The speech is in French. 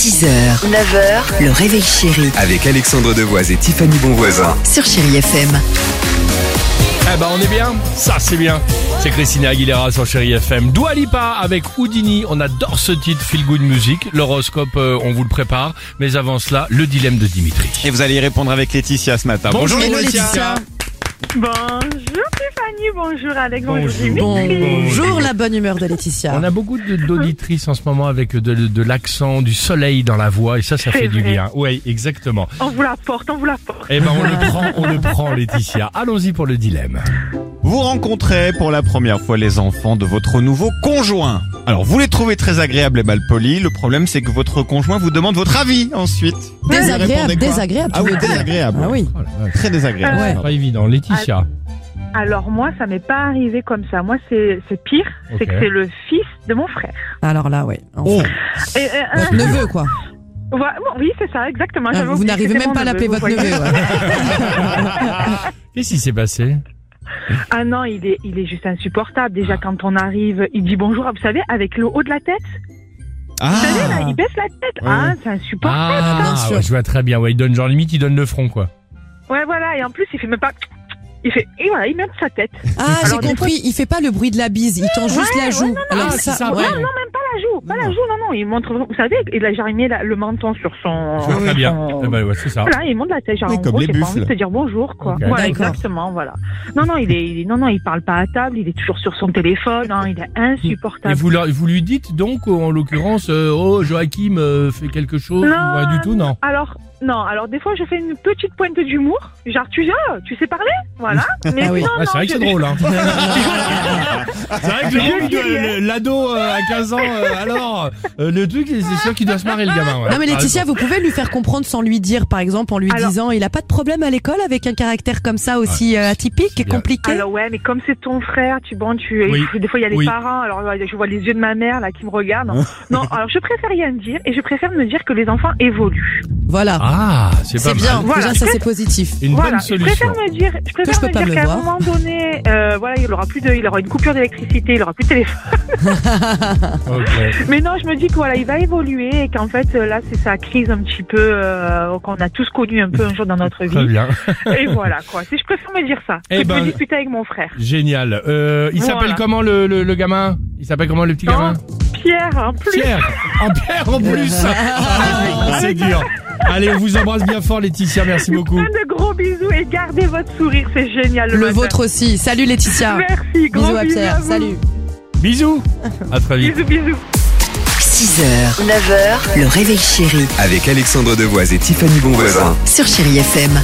6h, 9h, le réveil chéri Avec Alexandre Devoise et Tiffany Bonvoisin. sur Chérie FM. Eh ben on est bien, ça c'est bien. C'est Christina Aguilera sur Chéri FM. Dua Lipa avec Houdini, on adore ce titre Feel Good Music. L'horoscope, euh, on vous le prépare. Mais avant cela, le dilemme de Dimitri. Et vous allez y répondre avec Laetitia ce matin. Hello, Bonjour Stéphanie, bonjour Alex, bonjour, Bonjour. Jimmy. Bonjour la bonne humeur de Laetitia. On a beaucoup de- d'auditrices en ce moment avec euh, de, de l'accent, du soleil dans la voix et ça, ça C'est fait du vrai. bien. Oui, exactement. On vous la porte, on vous la porte. Eh ben on le prend, on le prend Laetitia. Allons-y pour le dilemme. Vous rencontrez pour la première fois les enfants de votre nouveau conjoint. Alors vous les trouvez très agréables et malpolis. Le problème c'est que votre conjoint vous demande votre avis ensuite. Vous Désagréable, répondez quoi désagréable. Ah tu oui, veux dire. désagréable. Ah oui. Oh la vache, Très désagréable. Ouais. c'est Pas évident, Laetitia. Alors moi, ça m'est pas arrivé comme ça. Moi, c'est c'est pire, Ok. c'est que c'est le fils de mon frère. Alors là, ouais. Ah, Enfin, Oh, Et, euh, Votre neveu, quoi. euh, ouais, bon, oui, c'est ça, exactement. Ah, J'avais vous oublié que n'arrivez c'était même mon pas à l'appeler vous votre voyez. neveu. ouais. Qu'est-ce qui s'est passé Ah non, il est, il est juste insupportable. Déjà, Ah. quand on arrive, il dit bonjour, vous savez, avec le haut de la tête. Ah. Ah. Vous savez, là, il baisse la tête. Ouais, Ah, c'est insupportable. bien sûr. ouais, je vois très bien. Ouais, il donne genre limite, il donne le front quoi. Ouais, voilà. Et en plus, il fait même pas... Il fait... Et voilà, il met sa tête. Ah, j'ai Alors, des compris. Il fait pas le bruit de la bise. Il tend juste la joue. Alors ah, c'est ça, ouais. ouais. Pas la joue, pas la joue, non, non. Il montre... Vous savez, il a jamais mis la- le menton sur son... Je vois très bien. son- Eh ben, ouais, c'est ça. Voilà, il monte la tête, genre, Oui, en comme gros, les j'ai pas envie buffles. de te dire bonjour, quoi. Ok. Voilà, D'accord. exactement, voilà. Non, non, il est, il est- non, non, il parle pas à table, il est toujours sur son téléphone, hein, il est Et insupportable. vous, leur- vous lui dites donc, euh, en l'occurrence, euh, oh Joachim euh, fait quelque chose Non. ou rien du tout, non Alors, non, alors des fois, je fais une petite pointe d'humour, genre, tu, ah, tu sais parler, voilà. Mais Ah oui. non, Ah, C'est non, vrai que je- c'est drôle. Hein. c'est vrai que le Je suis, de- l'ado euh, à 15 ans, euh, alors, euh, le truc, c'est sûr qu'il doit se marrer le gamin. ouais. Ah, Non mais Laetitia, vous pouvez lui faire comprendre sans lui dire, par exemple, en lui Alors- disant, il a pas de problème à l'école avec un caractère comme ça aussi euh, atypique et bien. compliqué. Alors ouais, mais comme c'est ton frère, tu bon, tu Oui. des fois il y a les Oui. parents. Alors ouais, je vois les yeux de ma mère là qui me regardent. non, alors je préfère rien dire et je préfère me dire que les enfants évoluent. Voilà. Ah, c'est pas C'est bien. mal. Voilà. Déjà, ça c'est positif. Une voilà, bonne je préfère solution. me dire, je Que je préfère peux me pas dire me qu'à un voir. moment donné, euh, voilà, il aura plus de, il aura une coupure d'électricité, il aura plus de téléphone. Ok. Mais non, je me dis que voilà, il va évoluer et qu'en fait euh, là c'est sa crise un petit peu euh, qu'on a tous connue un peu un jour dans notre Très vie. bien. Et voilà quoi. Si je préfère me dire ça, Eh que de ben, me disputer avec mon frère. Génial. Euh, il s'appelle Voilà. comment le, le, le gamin Il s'appelle comment le petit Non, gamin Pierre, en plus. Pierre En Pierre en plus Ah, C'est dur. Allez, on vous embrasse bien fort, Laetitia. Merci beaucoup. Plein de gros bisous et gardez votre sourire, c'est génial. Le matin. vôtre aussi. Salut Laetitia. Merci, gros bisous, Bisous à à Pierre. vous. Salut. Bisous. À très vite. Bisous, bisous. 6h, 9h, le réveil chéri Avec Alexandre Devoise et Tiffany Bonvoisin. sur Chérie FM.